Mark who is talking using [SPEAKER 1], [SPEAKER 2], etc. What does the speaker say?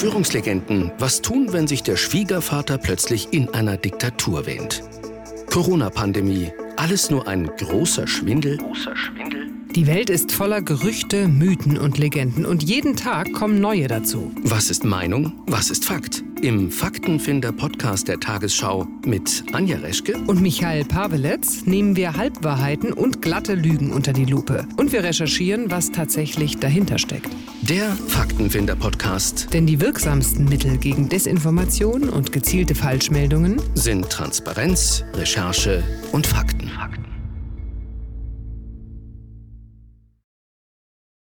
[SPEAKER 1] Verschwörungslegenden. Was tun, wenn sich der Schwiegervater plötzlich in einer Diktatur wähnt? Corona-Pandemie. Alles nur ein großer Schwindel. Großer Schwindel.
[SPEAKER 2] Die Welt ist voller Gerüchte, Mythen und Legenden und jeden Tag kommen neue dazu.
[SPEAKER 1] Was ist Meinung? Was ist Fakt? Im Faktenfinder-Podcast der Tagesschau mit Anja Reschke
[SPEAKER 2] Und Michael Paveletz nehmen wir Halbwahrheiten und glatte Lügen unter die Lupe. Und wir recherchieren, was tatsächlich dahinter steckt.
[SPEAKER 1] der Faktenfinder-Podcast
[SPEAKER 2] Denn die wirksamsten Mittel gegen Desinformation und gezielte Falschmeldungen
[SPEAKER 1] sind Transparenz, Recherche und Fakten. Fakten.